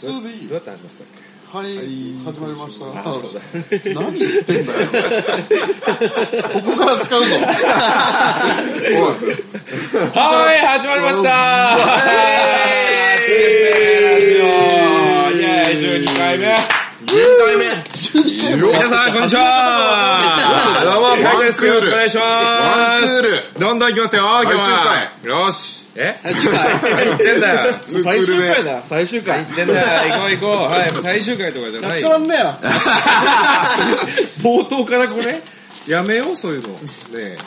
普通でいいよどうやって話しましたっはい、い始まりました。あそうだ何言ってんだよ。ここから使うのけはい、始まりましたーイイェーイ !12 回目10回目皆さん、こんにちはどうも、カイコです。よろしくお願いしまワンクすどんどん行きますよ、今日は最よしえ何言ってんだよツークール目。だ、最終何言ってんだよ行こう行こうはい、最終回とかじゃないよやんねよ。冒頭からこれやめよう、そういうの。ねえ。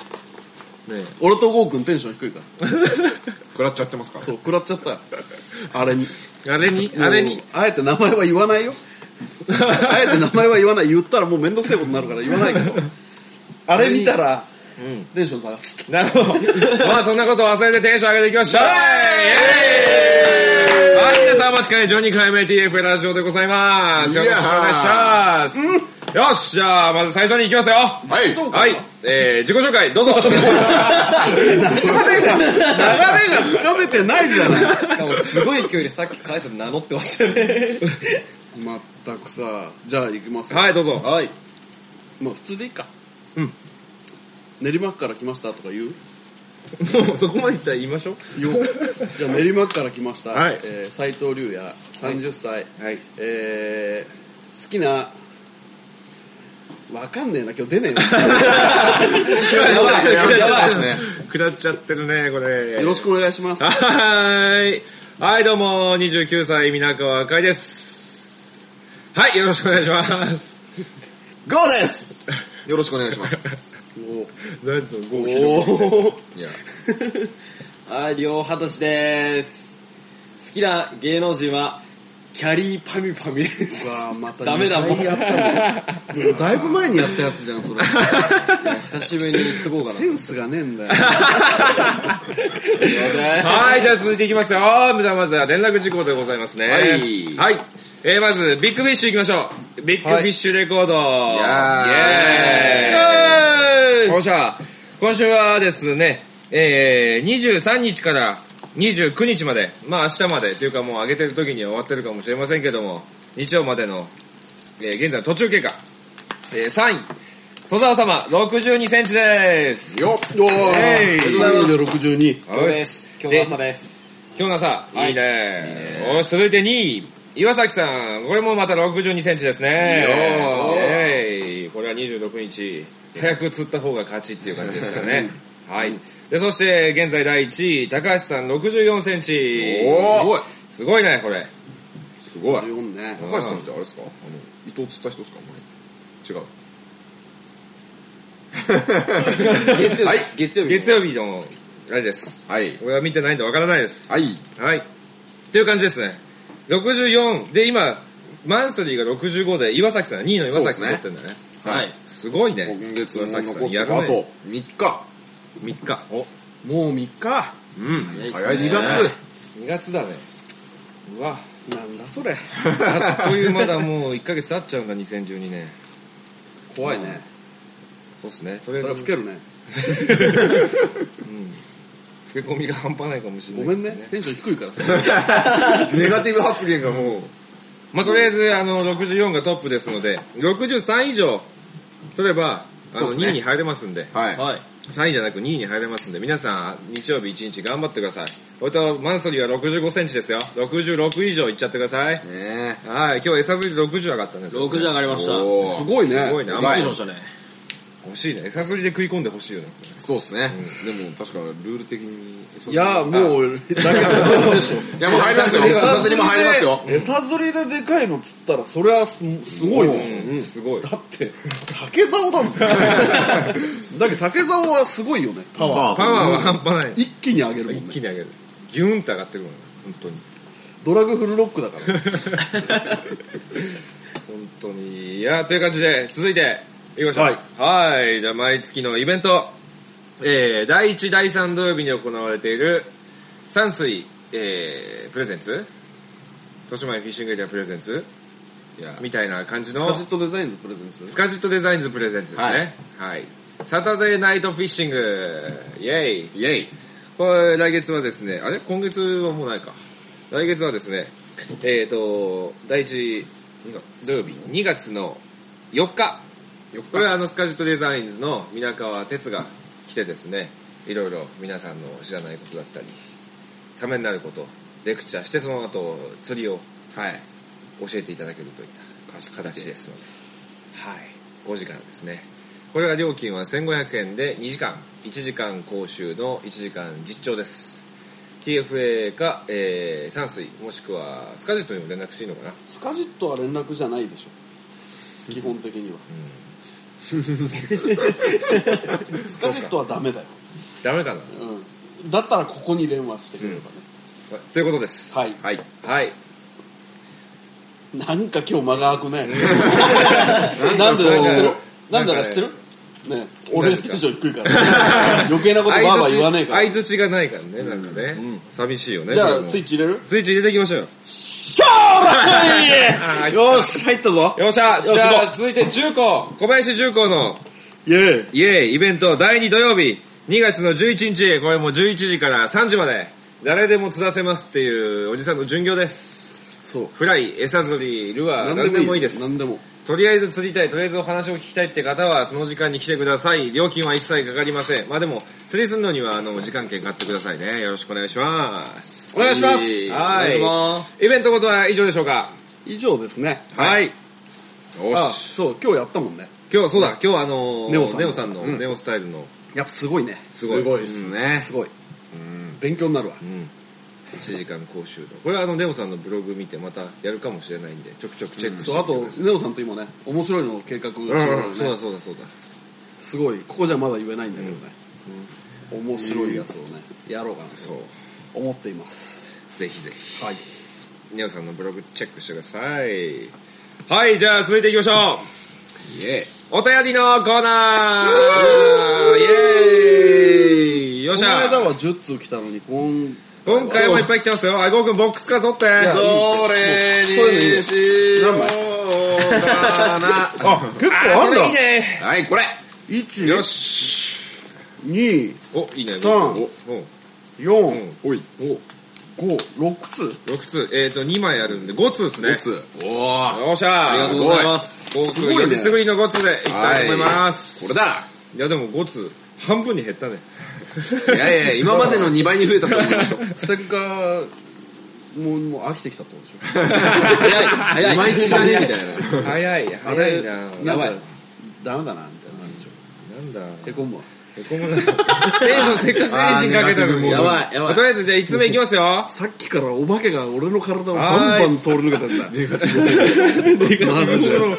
ね俺とゴーくんテンション低いから。え。食らっちゃってますかそう、食らっちゃったよ。 あれに。あれに、あれにもう。。あえて名前は言わないよ。 あえて名前は言わない。言ったらもうめんどくせえことになるから言わないけど。 あれ見たら、うん。テンション下がった。なるほど。まあそんなことを忘れてテンション上げていきましょうイエーイはい、皆さんお待ちかね12回目 TFL ラジオでございます。よろしくお願いします。よし、じゃあまず最初に行きますよ。はい。はい、えー、自己紹介どう ぞ。流れが、流れがつかめてないじゃない。しかもすごい勢いでさっき返すの名乗ってましたよね。 まったくさ、じゃあ行きますよ。はい、どうぞ。はい。まあ普通でいいか。うん。練馬区から来ましたとか言うもうそこまでいったら言いましょう。よ。じゃあ練馬区から来ました。はいえー斉藤龍也、30歳。はい。えー、好きな、わかんねえな、今日出ねやばい、やばいやばいやばいね。食らっちゃってるね、こえれ。よ。よろしくお願いします。はーい。はい、どうも、29歳、皆川赤いです。はい、よろしくお願いします。ゴーですよろしくお願い します。何そのゴおいや、はい、両二十歳でーす。好きな芸能人は、キャリーパミュパミュ です。うわーまたダメだもう二回やったもんもうだいぶ前にやったやつじゃん、それ。久しぶりに言っとこうかな。センスがねえんだよ。はい、じゃあ続いていきますよ。じゃあまずは連絡事項でございますね。はいはい。えー、まず、ビッグフィッシュいきましょう。ビッグフィッシュレコード。イやエーイよっしゃ。今週はですね、えー、23日から29日まで、まあ明日まで、というかもう上げてる時には終わってるかもしれませんけども、日曜までの、えー、現在の途中経過、えー、3位、戸沢様、62センチです。よっよーえいで62。今日です。今日の朝です。今日のさ、いいね。おし続いて2位、岩崎さん。これもまた62センチですね。イエーイこれは26日、早く釣った方が勝ちっていう感じですかね。はい。で、そして、現在第1位、高橋さん64センチ。おーすごい。すごいね、これ。すごい。 14ね。高橋さんってあれですかあの、伊藤釣った人ですかあんまり。違う。月曜日。月曜日。月曜日の、あれです。はい。俺は見てないんでわからないです。はい。はい。っていう感じですね。64。で、今、マンスリーが65で、岩崎さん、2位の岩崎さん取そうってんだね。はい。すごいね。今月も岩崎さ残んすやとるこあね。と3日。 3日。お、もう3日。うん。早い2月。 2月だね。うわ。なんだそれ。あっという間だ、もう1ヶ月経っちゃうんだ、2012年。怖いね。そうっすね。とりあそえれず、老けるね。うん。吹け込みが半端ないかもしれなごい、めんね。。テンション低いからさ。ネガティブ発言がもう、まあ、とりあえず、あの、64がトップですので、63以上取れば、あその、うっすね2位に入れますんで。はい。はい。 3位じゃなく2位に入れますんで、皆さん、日曜日1日頑張ってください。俺とマンソリーは65センチですよ。66以上いっちゃってください。ねはい、今日餌釣り60上がったんですよ6時上がりえ。ました。びっおすーごいね。すごいね。あんまりくりしましたね。欲しいね。餌釣りで食い込んでほしいよね。そうですね。でも確かルール的に。いや、う。もう、 だけど、でしょ。いや、もう入りま すよ。餌釣りも入りますよ。餌釣りででかいの釣ったら、それはすすごいでうん、すごい。しょ。だって、竹竿 だもん。だけど竹竿はすごいよね。パワー。パパワーは半端ない。一気に上げるも一ん気にね。上げる。ギューンって上がってくるもんね。本当に。ドラグフルロックだから。本当に。いや、という感じで、続いて、行きましょう。はい。じゃあ、毎月のイベント。えー、第1、第3土曜日に行われている、山水、えー、プレゼンツ豊島園フィッシングエリアプレゼンツいや、みたいな感じのガジ、ットデザインズプレゼンツス。カジットデザインズプレゼンツですね。はい。サタデーナイトフィッシング、イェイ。イェイ。これ、来月はですね、あれ今月はもうないか。来月はですね、えっ、ー、と、第一土曜日、2月の4日。これはあの、スカジェットデザインズの皆川哲が来てですね、いろいろ皆さんの知らないことだったり、ためになること、レクチャーして、その後、釣りをはい。教えていただけるといった形ですので、はい、5時間ですね。これは料金は1500円で2時間、1時間講習の1時間実調です。TFA か、えー、山水、もしくはスカジェットにも連絡していいのかな。スカジットは連絡じゃないでしょ。基本的には。 スカジットはダメだよ。ダメかな、うん。だったらここに電話してくれればね。ということです。はい。はい。はい。なんか今日間が空 くね。なんでだろう知ってるなんでだか知ってるね俺テンション低 いから。 余計なことばあば言わねえから。相づちがないからね、なんかね。寂しいよね。じゃこれあもスイッチ入れるスイッチ入れていきましょうよ。しゃーらいよし、入ったぞ。よっしゃじよしゃ行あ続いて重工小林重工のイェイ。イエーイイベント第2土曜日2月の11日これもう11時から3時まで誰でも釣らせますっていうおじさんの巡業ですそうフライ餌釣りルアー何何ででももいいいいでですす何でもとりあえず釣りたいとりあえずお話を聞きたいって方はその時間に来てください料金は一切かかりませんまあでも釣りするのにはあの時間券買ってくださいねよろしくお願いしますお願いしますはいお願いしますイベントことは以上でしょうか以上ですね。はいよあ、しそう、今日やったもんね。今日そうだ今日あのーネオさんのネオさんのうんネオスタイルのやっぱすごいね。すごいすごいですねす。ごい。うん勉強になるわ。うん。1時間講習の。これはあの、ネオさんのブログ見てまたやるかもしれないんで、ちょくちょくチェックしてそう、みあてとくだ、さいネオさんと今ね、面白いのを計画がうんうんうんしそうだてるね。そうだそうだ。すごい、ここじゃまだ言えないんだけどね。面白いやつをね、やろうかなそとう。思っています。ぜひぜひ。はい。ネオさんのブログチェックしてください。はい、じゃあ続いていきましょイェイ。う。お便りのコーナーイェーイよっこしのゃ間は10通来たのに、今今回もいっぱい来てますよ。あ、ゴーくんボックスから取って。どれにしようかな。あ結構あ、あそるれいいんだ。ね。はい、これ。よ1、し。 2、お、いいね。さんお、おう4、ん。おい。お5、6通。 6通、えっ、ー、と、2枚あるんで、5通ですね。おつ。おー。よっしゃー。ありがとうございますす。ごくすごいねすぐりの5つでいきたいと思います。これだ。い、やでも5つ、半分に減ったね。いやいや、今までの2倍に増えたと思いましょう。ステッカー、もう、もう飽きてきたってことでしょ。早い、早い。毎日じゃねえみたいな。早い、あ早れいなややばばいい。ダメだな、みたいな感じでしょ。なんだ。へこむわ。へこむな。テンションせっかくエンジンかけたのに。あーネガティブモードやばいやばいとりあえずじゃあ5つ目いきますよ。さっきからお化けが俺の体をバンバン通り抜けてんだ。ネガティブ。マジで。ワン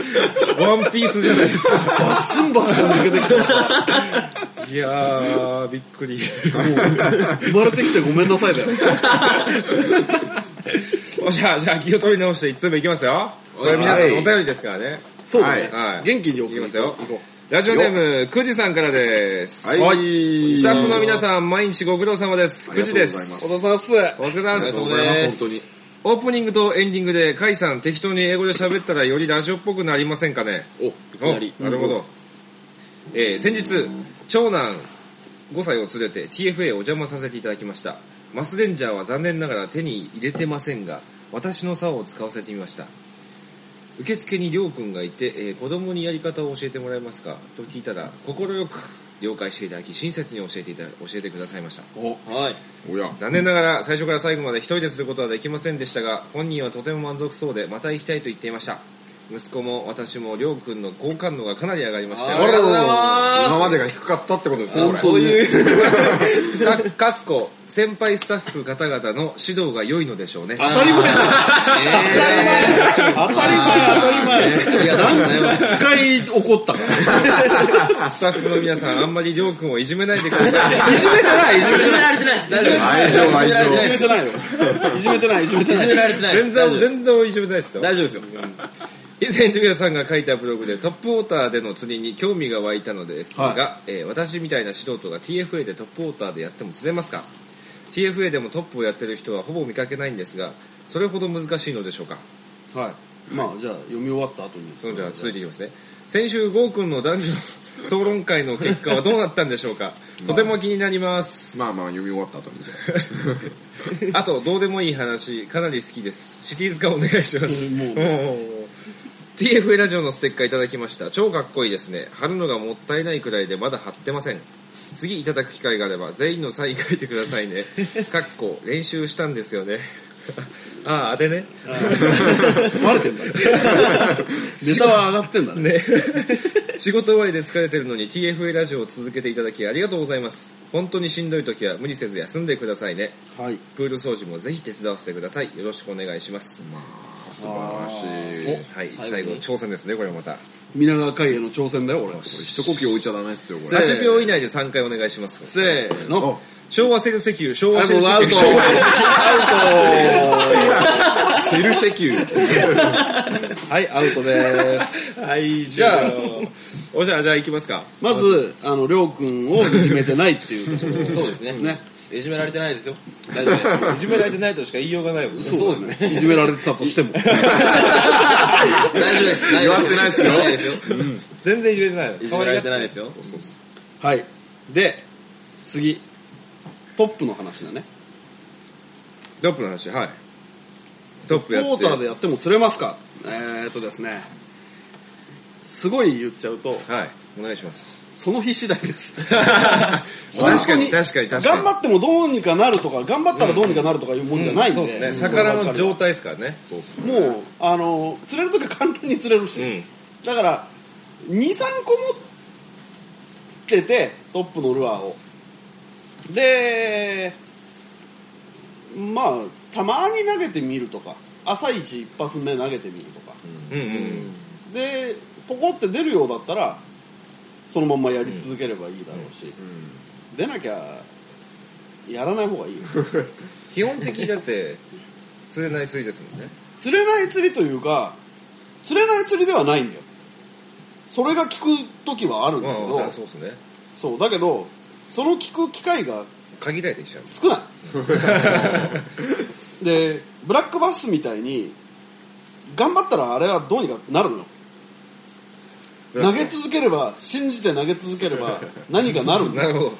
ピースじゃないですか。バッスンバッスン抜けてきた。いやー、びっくり。生まれてきてごめんなさいだよ。おっしゃ、じゃあ気を取り直して5つ目いきますよ。これ皆さんのお便りですからね。そうだはね。いはい元気に送いきりますよ行こラジオネーム、くじさんからです。はい。ススタッフの皆ん。さん、毎日ご苦労様です。あくりがとじうござでいますす。う。お父さんっす。お疲れ様あでりがすとう。ございます、本当に。オープニングとエンディングで、カイさん適当に英語で喋ったらよりラジオっぽくなりませんかねお、いきなり。おなるほど。えー先日、長男5歳を連れて TFA お邪魔させていただきました。マスレンジャーは残念ながら手に入れてませんが、私の竿を使わせてみました。受付にりょうくんがいて、えー子供にやり方を教えてもらえますかと聞いたら、快く了解していただき、親切に教えていただ教えてくださいました。はい。おや。残念ながら最初から最後まで一人ですることはできませんでしたが、本人はとても満足そうで、また行きたいと言っていました。息子も私もりょうくんの好感度がかなり上がりましたあよ。りがとうござい今ままでが低かったってことですね、こす。れ。そういう。かかっこ、先輩スタッフ方々の指導が良いのでしょうね。当たり前じゃん。当たり前、当たり前。いや、何回怒ったから。スタッフの皆さん、あんまりりょうくんをいじめないでくださいね。いじめてない、いじめていじなめい。られてないです。大愛情丈夫です。いじめられてないです。いじめてないよ。いじめてない、いじめていなじいめ。られてないです。全然、全然いじめないですよ。大丈夫ですよ。以前、ルヤさんが書いたブログでトップウォーターでの釣りに興味が湧いたのですが、はえー私みたいな素人が TFA でトップウォーターでやっても釣れますか ?TFA でもトップをやってる人はほぼ見かけないんですが、それほど難しいのでしょうかはい。まあ、じゃあ、読み終わった後に。そのじゃあ続いていきますね。先週、ゴーくんの男女討論会の結果はどうなったんでしょうか。とても気になります。まあまあ読み終わった後にじゃ あと、どうでもいい話、かなり好きです。シリーズ化お願いします。もうもう TFA ラジオのステッカーいただきました。超かっこいいですね。貼るのがもったいないくらいでまだ貼ってません。次いただく機会があれば、全員のサイン書いてください ね。かっこ、練習したんですよね。 ああ、あれね。 バレてんだ。ネタは上がってんだね。ね。仕事終わりで疲れてるのに TFA ラジオを続けていただきありがとうございます。本当にしんどい時は無理せず休んでくださいね。はい。プール掃除もぜひ手伝わせてください。よろしくお願いします。あ素晴らしい。はい、最後に最後、挑戦ですね、これまた。皆川海への挑戦だよ、俺。一呼吸置いちゃダメですよ、これ。 8秒以内で3回お願いします。せーの。昭和セル石油、昭あ和セルもう石アウト。油。アウセル石油。ト。はい、アウトです。はい、じゃあ、おじゃあ、じゃあ行きますか。 まず、あの、りょうくんをいじめてないっていうところ。そうですね。ね。 いじめられてないですよ。大丈夫です。いじめられてないとしか言いようがないもんね。そうですね。いじめられてたとしても。大丈夫です。言わせてないですよ大丈夫ですよ。全然いじめてないの。いじめられてないですよ。 はい。で、次。トップの話だね。トップの話、はい。トップクやォっーターて。でやっても釣れますかえーとですね。すごい言っちゃうと、はい、お願いし ます。その日次第です。本確当かに、確かに、確かに。頑張ってもどうにかなるとか、頑張ったらどうにかなるとかいうもんじゃないんで。そうですね、魚の状態ですからね。もう、あの、釣れるときは簡単に釣れるし、うん。だから、2、3個持ってて、トップのルアーを。で、まあ、たまに投げてみるとか、朝一一発目投げてみるとか、うんうん。で、ポコって出るようだったら、そのまんまやり続ければいいだろうし、出なきゃ、やらない方がいいよ。基本的にだって、釣れない釣りですもんね。釣れない釣りというか、釣れない釣りではないんだよ。それが効く時はあるんだけうん、ど、そうですね。そう、だけど、その聞く機会が限られてきちゃうんです。少ない。で、ブラックバスみたいに、頑張ったらあれはどうにかなるのよ。投げ続ければ、信じて投げ続ければ、何かなるんだなよ。るほど。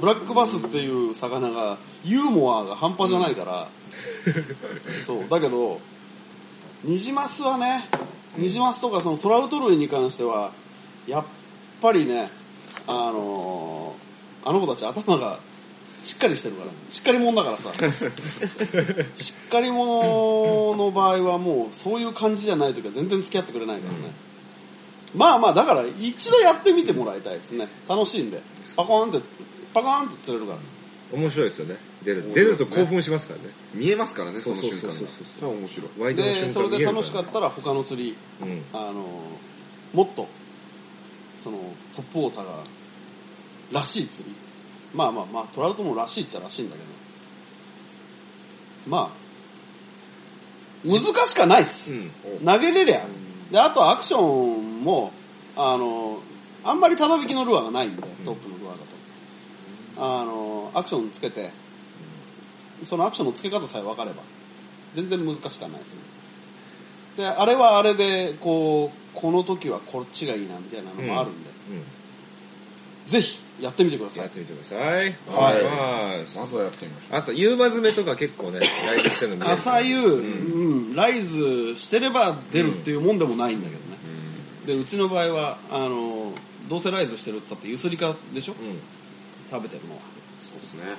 ブラックバスっていう魚が、ユーモアが半端じゃないから、そう、だけど、ニジマスはね、ニジマスとかそのトラウト類に関しては、やっぱりね、あのーあの子たち頭がしっかりしてるから、しっかり者だからさ、しっかり者の場合はもうそういう感じじゃない時は全然付き合ってくれないからね。まあまあ、だから一度やってみてもらいたいですね。楽しいんで。パコーンって、パコーンって釣れるから。面白いですよね。出る面出白いるですねと興奮しますからね。見えますからね、その瞬間が。そうそうそうそう面白い。ワイドの瞬で、間それで楽し見かえっるたら他の釣り、らね。あの、もっと、その、トップウォーターが、らしい釣り。まあまあまあ、トラウトもらしいっちゃらしいんだけど。まあ、難しかないっす。うん。投げれりゃ。で、あとはアクションも、あの、あんまりただ引きのルアーがないんで、トップのルアーだと。あの、アクションつけて、そのアクションの付け方さえ分かれば、全然難しくはないですね。で、あれはあれで、こう、この時はこっちがいいな、みたいなのもあるんで、うん。うん。ぜひ、やってみてくださやっい。てみてください。はいお願いしまますずはやってみましょ朝、夕間詰めとか結構ね、ライブしてるの見れる朝夕、うん、ライズしてれば出るっていうもんでもないんだけどね。で、うちの場合は、あの、どうせライズしてるって言ったって、ゆすりかでしょ、うん。食べてるのは。う。そうですね。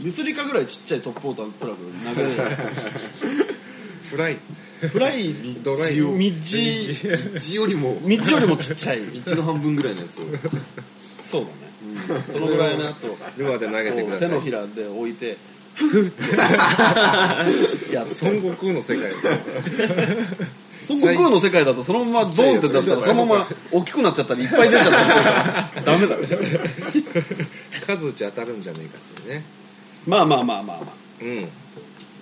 ゆすりかぐらいちっちゃいトップウォータープラグ投げれフライ。る。フライ、ドライを。ミッジ、字よりも、ミッジよりもちっちゃい。一の半分ぐらいのやつを。そうだね。そのぐらいのやつを。ルアーで投げてくださ手い。のひらで置いて、孫やって悟空の世界。孫悟空の世界だとそのままドーンってだったらそのまま大きくなっちゃったりいっぱい出ちゃったりするからダメだね。数打ち当たるんじゃねえかっていうね。まあまあまあまあまあ。うん。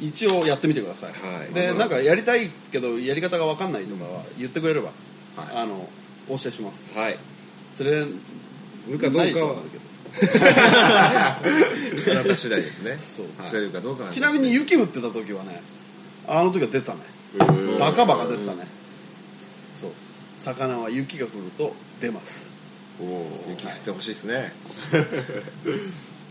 一応やってみてください。はいで、なんかやりたいけどやり方がわかんないとかは言ってくれれば、はいあの、お教えします。はい。それ、売るかどうかないと思はう、けど あなた次第ですね。そう釣れるかどうかはちなみに雪降ってた時はね、あの時は出たね。バカバカ出てたね。そう。魚は雪が降ると出ます。雪降ってほしいですね。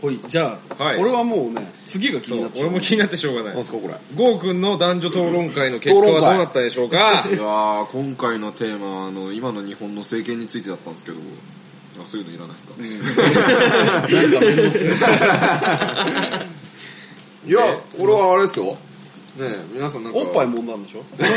ほい、じゃあ、はい俺はもうね、次が気そになうっ、ちゃ俺う。も気になってしょうがな何いす。かこれ。いやゴーくんの男女討論会の結果はどうなったでしょうかー、今回のテーマ、あの、今の日本の政権についてだったんですけど、あそういうのいら ないですか。いや、これはあれですよ。ねえ皆さんなんか、おっぱい揉んだんでしょ皆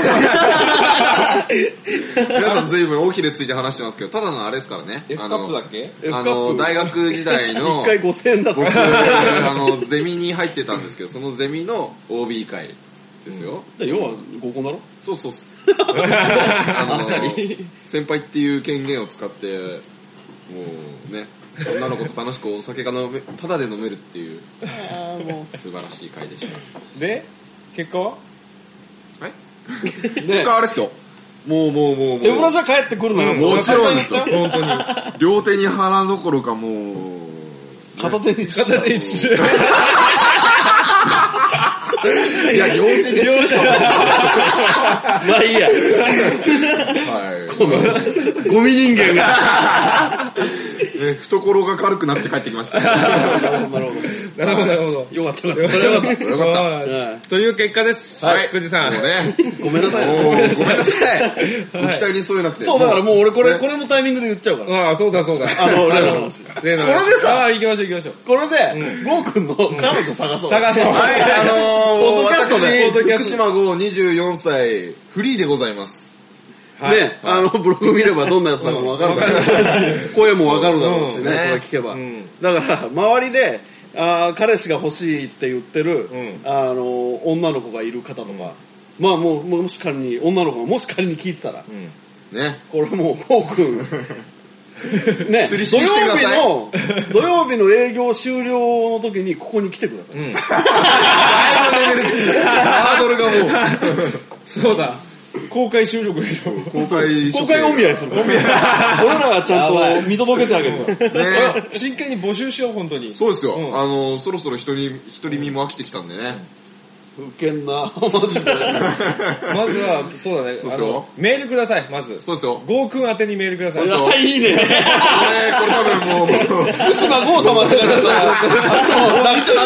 さん随分尾ひれついて話してますけど、ただのあれですからね。 ?F カあップだのっけあの、大学時代の、 一回5000円だっ僕、た。あの、ゼミに入ってたんですけど、そのゼミの OB 会ですよ。じゃあ要は合コンだろそうそうっす。あの、先輩っていう権限を使って、もうね、女の子と楽しくお酒が飲め、ただで飲めるっていう、素晴らしい会でした。で、結果は結果あれっすよ。もうもうもう手ぶもらう。じゃ帰ってくるならもちろんですよ。本当に。両手に腹どころかもう、片手に片手にしいや、両手に、両手 まあい いや。はい。ゴミ人間が。 ね懐が軽くなって帰ってきました。なるほど、なるほ なるほど、なるほど。ど。よかったよかった。それはよかっよかった。た。うんという結果です。はいくじさん。もうね。ごめんなさいもうね。ごめんなさい。ご期待に添えなくて。 そう、だからもう俺これ、ねこれもタイミングで言っちゃうから。ああ、そうだそうだ。あの、俺の話。例のこれでさああ、行きましょう行きましょ。これで、ゴーくんの彼女探そうう。探そう。はい、あのー、ポッドキャストで私ポッドキャスト福島郷24歳、フリーでござい ます。はいね、あの、ブログ見ればどんなやつだかもわかるだうんわかろうし、声もわかるだろうしうんね、これ聞けばうん。だから、周りで、あー彼氏が欲しいって言ってるうん、あの、女の子がいる方とか、まあもう、もし仮に、女の子がもし仮に聞いてたら、うんね。これもう、こうく ん、ね、釣りし土に来てく曜だ日さいの、土曜日の営業終了の時にここに来てください。うん。ハードルがもそうだ。公開収録でしょ。う、公開公開お見合いするから。俺らがちゃやばんいと見届けてあげるから。ね。真剣に募集しよう、本当に。そうですよ。うんあのー、そろそろ一人、一人身も飽きてきたんでね。ウケんな、 マジで。 まずは、そうだね。そうあそうのメールください、まず。そうですよ。ねゴーくん宛てにメールください。そうあいいね。これ多分もう、 もう 福島郷様って方々、見ちゃダメですよ。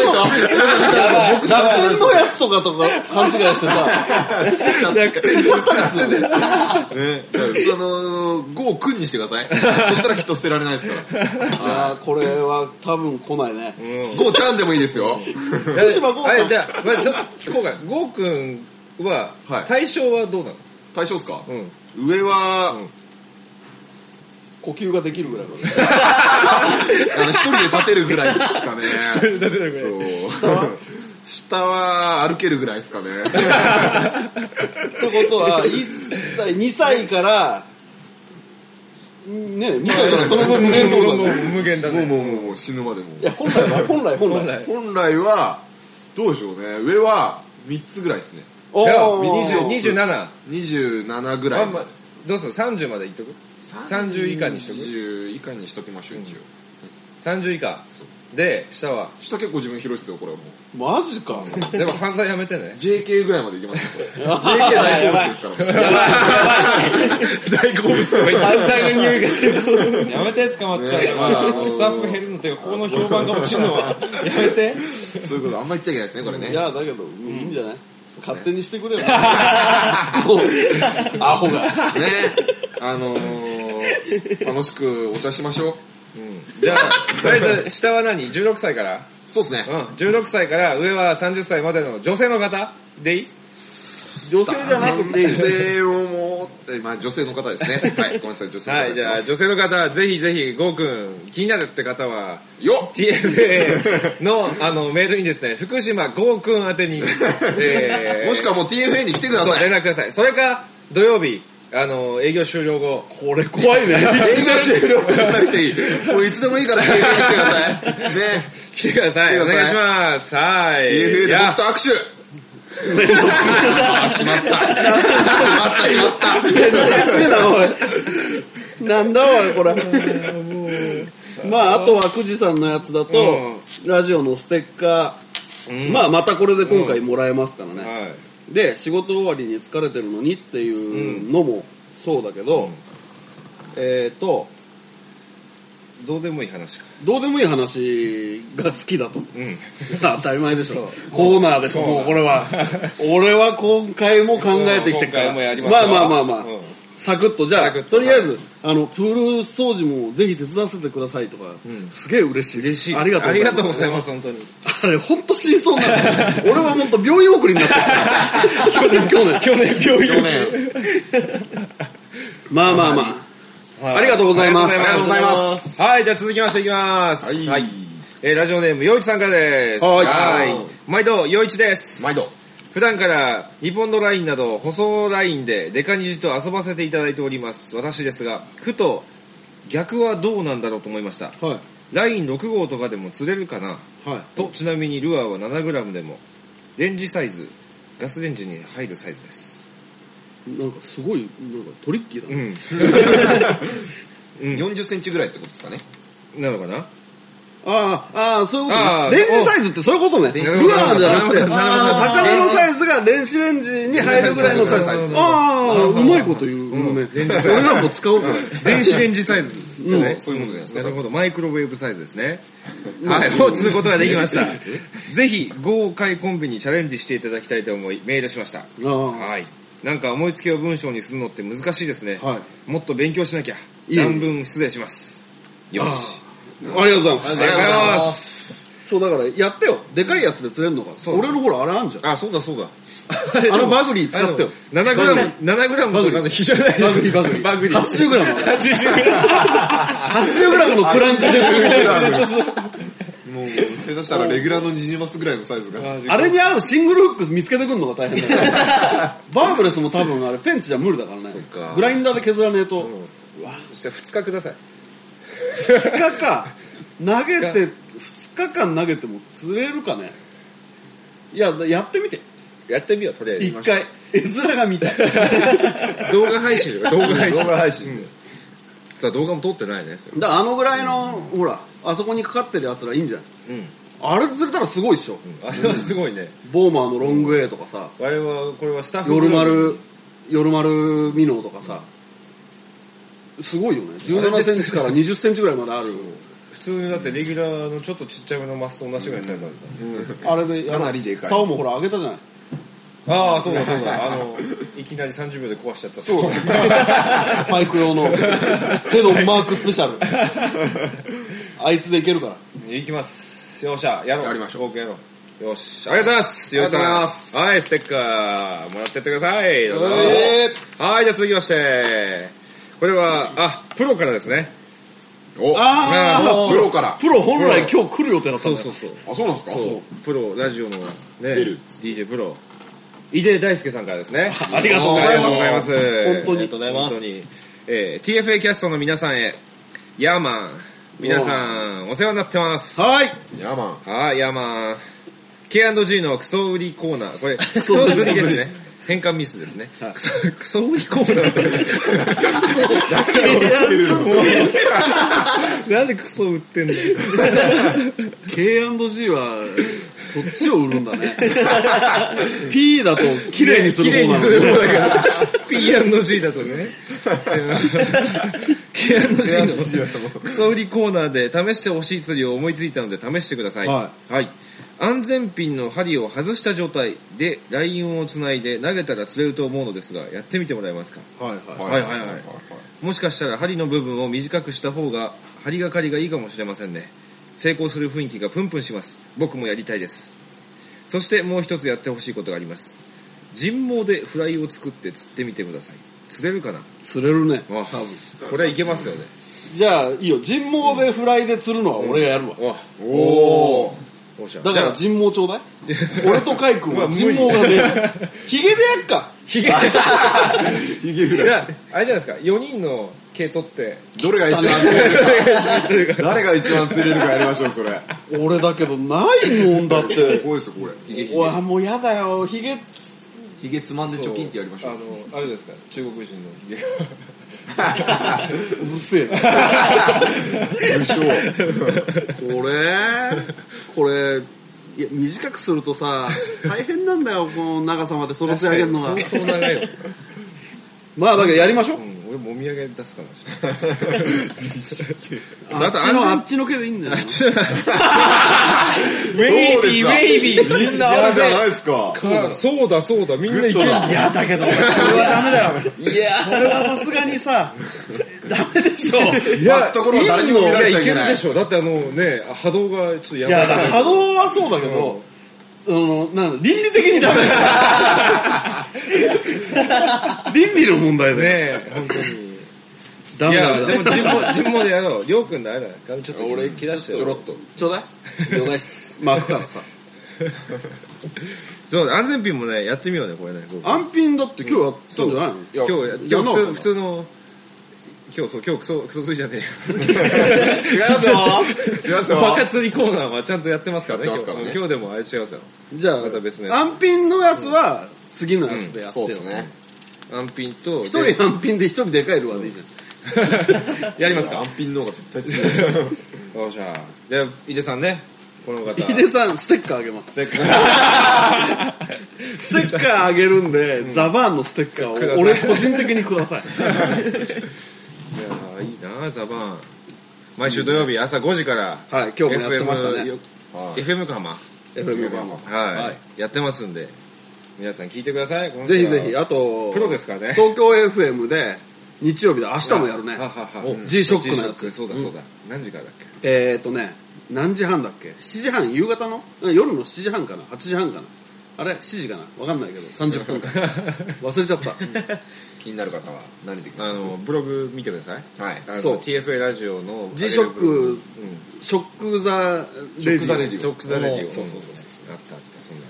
楽天のやつとかとか勘違いして さ、 ね、その、ゴーくんにしてください。そしたらきっと捨てられないですから。あーこれは多分来ないね。うん。ゴーちゃんでもいいです よ。福島ゴーちゃんじゃあ、まあちょっと聞こうか。ゴーくんはは、い対象はどうなの対象ですかうん。上は、呼吸ができるぐらいまで。あの、一人で立てるぐらいですかね。一人で立てるぐらい。そう。下は歩けるぐらいですかね。ってこと は、1歳、2歳から、ね、2歳からその分無限ってことだね。無限だもうね。もうもうもう死ぬまでもい。や、本来は、本来、本本来。来本来は、どうでしょうね。上は3つぐらいですね。おじゃあ、ー20 27。 27ぐまらあいままあで。、どうする ?30 までいっとく30以下にしとく ?30 以下にしときましょう、一応。 ?30 以下。で、下は。下結構自分広いですよ、これはもう。マジか。でも犯罪やめてね。 JK ぐらいまでいきますよ、こ れ。や JK 大好物ですから。大好物とか言っちゃう反対の匂いがする。やめて捕まっちゃうねえまあよ。スタッフ減るのって、ここの評判が落ちるのは。やめて。そういうことあんま言っちゃいけないですね、これね。いや、だけど、いいんじゃない勝手にして くれよ。もうアホが。ね、あのー、楽しくお茶しましょう。じゃあ、とりあえず、下は何 ?16 歳からそうですうね。ん。16歳から上は30歳までの女性の方でいい女性じゃなくていい女。性をもって、 まあ女性の方です ね。はい、ごめんなさい、女性の方はい、ですじね。ゃあ、女性の方、ぜひぜひ、ゴーくん、気になるって方は、よ TFA の、あの、メールにですね、福島ゴーくん宛てに、え っ もしくはもう TFA に来てくだそう、さい。連絡ください。それか、土曜日、あの、営業終了後、これ 怖いね。営業終了じゃなくていい。もういつでもいいから TFA に来てください。ね、来てください。来ておくだ願いさしいます。はい。 TFA いで僕やと、握手し まった。しまった、しまった。すげえな、おい。なんだおい、これ。まあ、あとはくじさんのやつだと、ラジオのステッカー、まあ、またこれで今回もらえますからね。はい。で、仕事終わりに疲れてるのにっていうのもそうだけど、えっ、と、どうでもいい話か。どうでもいい話が好きだと。うん。 当たり前でしょ。コーナーでしょ、もうこ れは。俺は今回も考えてきてるか今回もやりら。ますまあよまあまあまあうん。サクッと、じゃあ、サクッととりあえず、あの、プール掃除もぜひ手伝わせてくださいとかん、すげえ嬉しい。嬉しいです。ありがとうございます。ます、本当に。あれ、ほんと死にそうになった。俺はもっと病院送りに なった。去年、去年。去年、去去年。まあまあまあ。あありがとうございますありがとうございありがとうごま。ざいますはい、じゃあ続きましていきます。はい。えーラジオネーム、よいちさんからです。はい毎度、よいちです。毎度。普段から日本のラインなど舗装ラインでデカニジと遊ばせていただいております。私ですが、ふと逆はどうなんだろうと思いました。はい。ライン6号とかでも釣れるかなはい。と、ちなみにルアーは 7g でも、レンジサイズ、ガスレンジに入るサイズです。なんかすごい、なんかトリッキーうだな。ん。 40センチぐらいってことですかね。なのかなああ、ああ、そういうことああね。レンジサイズってそういうことね。電子ルアーじゃなくて、なるほどなるほど魚のサイズが電子レンジに入るぐらいのサイズなるほ。どあなあ、るほうどまいこと言う。ごめん俺らも使おうかな。電子レンジサイズじゃない、そうそういうものじゃないですかなるほど、マイクロウェーブサイズですね。はい、を釣ることができました。ぜひ、豪快コンビにチャレンジしていただきたいと思い、メールしました。あはい。なんか思いつきを文章にするのって難しいですね。あはい。もっと勉強しなきゃ。いえいえ乱文失礼します。よし。ありがとうございます。ありがとうございます。そうだから、やってよ。でかいやつで釣れるのか。そう俺のほら、あれあんじゃん。あ、そうだそう だ。あのバグリー使ってよ。 7グラム、7グラムとかの比じゃない。バグリー、バグリー。バグリー。 80グラム。 80グラ80グラムのクランクで釣れる。もう、下手したらレギュラーのニジマスぐらいのサイズが。ム。あれに合うシングルフック見つけてくるのが大 変だから。バーブレスも多分あれペンチじゃ無理だからねっか。グラインダーで削らねえと。うん。そして2日ください。 2日か、投げて、2日間投げても釣れるかねいや、やってみて。やってみよう、とりあえず一。回。絵面が見たい。 動画配信だよ動画配信。動画配信で。さあ動画も撮ってないね。だあのぐらいの、ほら、あそこにかかってるやつらいいんじゃないうん。あれ釣れたらすごいっしょ。あれはすごいね。ボーマーのロングウェイとかさ、我々は、これはスタッフ夜丸、夜丸ミノーとかさ、すごいよね。17センチから20センチぐらいまである。普通にだってレギュラーのちょっとちっちゃめのマスと同じぐらいのサイズなんだった。あれで、かなりでかい竿もほら上げたじゃない。ああ、そうだそう だ。あの、いきなり30秒で壊しちゃった。そうだ。 パイク用の、ヘドンマークスペシャル。あいつでいけるから。いきます。よっしゃ、やろう。やりましょう合計やろう。よし。ありがとうございます。よっしゃありがとうございまはい、ステッカー、もらってってください。どうぞえはい、じゃあ続きまして。これは、あ、プロからですね。おあープロから。プロ本来今日来る予定だったんだよ。うそう。あ、そうなんですかそう、プロ、ラジオのね、る DJ プロ、井出大輔さんからです ね。ありがとうごあざりがいとうございま。ますす。本当にありがとうございます。本当に。えー TFA キャストの皆さんへ、ヤーマン、皆さん、お世話になってます。はい。ヤーマン。はい、ヤーマン。K&G のクソ売りコーナー、これ、クソ釣りですね。変換ミスですね。クソ、クソ売りコーナー なんでクソ売ってんだよ。 K&G は、そっちを売るんだ ね。P だと綺麗にする方なの綺麗にすね。る方だから。P&G だと ね。K&G のクソ売りコーナーで試してほしい釣りを思いついたので試してください。。はい安全ピンの針を外した状態でラインをつないで投げたら釣れると思うのですが、やってみてもらえますかはいはい。はいはいはいもしかしたら針の部分を短くした方が針がかりがいいかもしれませんね。成功する雰囲気がプンプンします。僕もやりたいです。そしてもう一つやってほしいことがあります。人毛でフライを作って釣ってみてください。釣れるかな釣れるね。わ多分これはいけますよね。じゃあ、いいよ。人毛でフライで釣るのは俺がやるわ。わおー。おっしゃ。だからじゃ人毛ちょ うだい。俺とカイ君まあは無理人毛がね、 ヒゲでやっか。あ、ひげ。ひげぐらい。じゃあ、あれじゃないですか、4人の毛取 って、どれが一番釣れるか。誰が一番釣れるかやりましょう、それ。俺だけどないもんだって。こうですよ、これ。ヒゲ、うわ、もうやだよ。ヒゲ、ヒゲつまんでチョキンってやりましょあう。の、あれですか、中国人のひげが。うるせえ な。無償。これ、これ、いや、短くするとさ、大変なんだよ、この長さまで育て上げるのが。相当長いよ。まあ、だけどやりましょうう。ん、俺れもみあげ出すかもしれない。あっあとちの、あ安っちのけでいいんだよな。ウェイビー、ウェイビー。みんなあるじゃないですか。かそうだそうだ、みんないける。だいや、だけど、それはダメだよ。いやそれはさすがにさ、ダメでしょ。いい巻くところを誰にも見られちゃいけないやいけるでしょ。だってあのね、波動がちょっとやばや、い。だから波動はそうだけど、あの、なん倫理的にダメ だよ。倫理の問題だよ。ねえ、本当に。ダいメだや、よ。でも、尋問、尋問でやろう。りょうくんだよ、髪ちょっと。俺、切らしてちょろよっ。と。ちょうだい了解っす。巻くからさ。そう、安全ピンもね、やってみようね、これね。僕安品だって今日やったんじゃないのい今や日、今日普やんなか通、ったの普通の、今日そう、今日クソ、クソついじゃね違いますよ違いまえすよ。よバカ釣りコーナーはちゃんとやってますからね、やっ今てますからね日。今日でもあれ違いますよ。じゃあ、また別のやつ安品のやつは、次のやつでやってそようですね。安ピンと、一人安品で一人でかいルアーでいいじゃん。やりますか安品の方が絶対強い。よっしゃ。で、井出さんね、この方。ヒデさん、ステッカーあげます。せっ かステッカーあげるんで、ザバーンのステッカーをください俺個人的にください。く。いやーいいなあザバン。毎週土曜日朝5時から、はい、今日もやってましたね。 FM、FM かま。 FM 横浜は。はいやってますんで、皆さん聞いてください。この人ぜはひぜひ、あと、プロですからね東京 FM で、日曜日だ、明日もやるね。はははお G ショックのや G-SHOCK つ。そうだそうだ。何時からだっえーとね、何時半だっけ ?7 時半、夕方のうん夜の7時半かな ?8 時半かなあれ ?7 時かなわかんないけど、30分 か。忘れちゃった。気になる方は慣れてくけだあの、ブログ見てください。さい。はい。あそうの TFA ラジオの。 G-SHOCK うん。ショックザショレデックィザレオ。ディオ。ショックザレディオ。そうそうそあう。ったあった、そんな。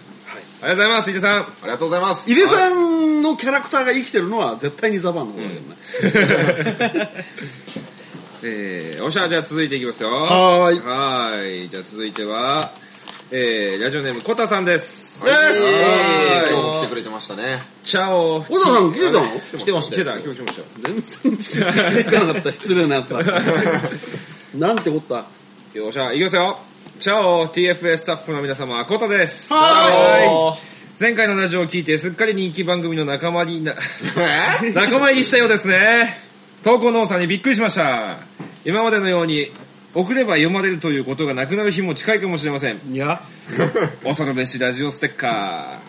ありがとうございます、井出さん。ありがとうございます。井出さんのキャラクターが生きてるのは絶対にザバーンの方だけどね。 えー、おしゃ、じゃあ続いていきますよ。はーいはーい。じゃあ続いては、えー、ラジオネーム、コタさんです。はい。はいえー今日も来てくれてましたね。チャオ。小田さん来てたの来てました。来てた、今日来ましたよ。全然つかなかった、失礼なやつだ。 なんてこった。よっしゃ、いきますよ。チャオ TFA スタッフの皆様、コタです。ははーい前回のラジオを聞いて、すっかり人気番組の仲間にな、え 仲間入りしたようですね。投稿の多さにびっくりしました。今までのように、送れば読まれるということがなくなる日も近いかもしれません。いや、恐るべしラジオステッカー。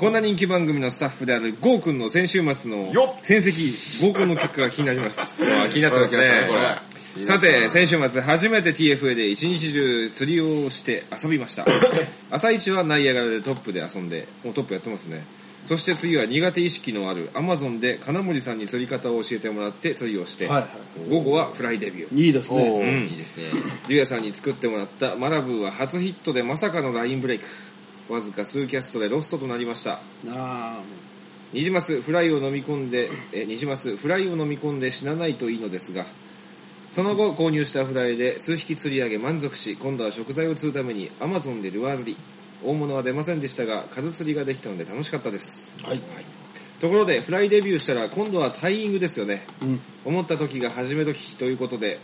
こんな人気番組のスタッフであるゴーくんの先週末のよっ戦績、合コンの結果が気になり ます。うわ気になってます気になっねてま。すねこれさて、先週末初めて TFA で一日中釣りをして遊びました。朝一はナイアガラでトップで遊んで、もうトップやってますね。そして次は苦手意識のあるアマゾンで金森さんに釣り方を教えてもらって釣りをして、はいは午後はフライデビュー。いいですね。おうんいいですね。リュウヤさんに作ってもらったマラブーは初ヒットでまさかのラインブレイク。わずか数キャストでロストとなりました。あニジマスフライを飲み込んで、え、ニジマスフライを飲み込んで死なないといいのですが、その後購入したフライで数匹釣り上げ満足し、今度は食材を釣るためにアマゾンでルアー釣り。大物は出ませんでしたが、数釣りができたので楽しかったです。はいところで、フライデビューしたら今度はタイイングですよね。ーうん。思った時が初め時ということで、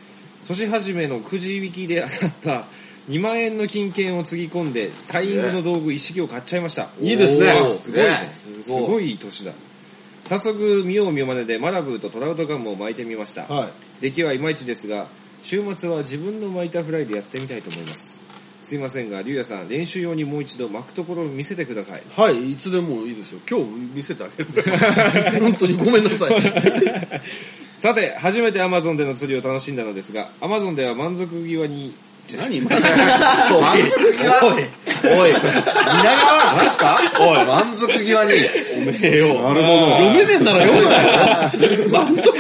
年始めのくじ引きで当たった2万円の金券をつぎ込んで、タイミングの道具一式を買っちゃいました。いいですねおーすごいね。すすごいごいいい年だ。早速、見よう見まねでマラブーとトラウトガムを巻いてみました。はい。出来はいまいちですが、週末は自分の巻いたフライでやってみたいと思います。すいませんが、リュウヤさん、練習用にもう一度巻くところを見せてく ださい。はい、いつでもいいですよ。今日見せてあげる から。本当にごめんなさい。さて、初めて Amazon での釣りを楽しんだのですが、Amazon では満足際に何今の満足際おい、皆川何すかおい。満足 際に。おめえよ。なるほど。読めねえんなら読めないよ。満足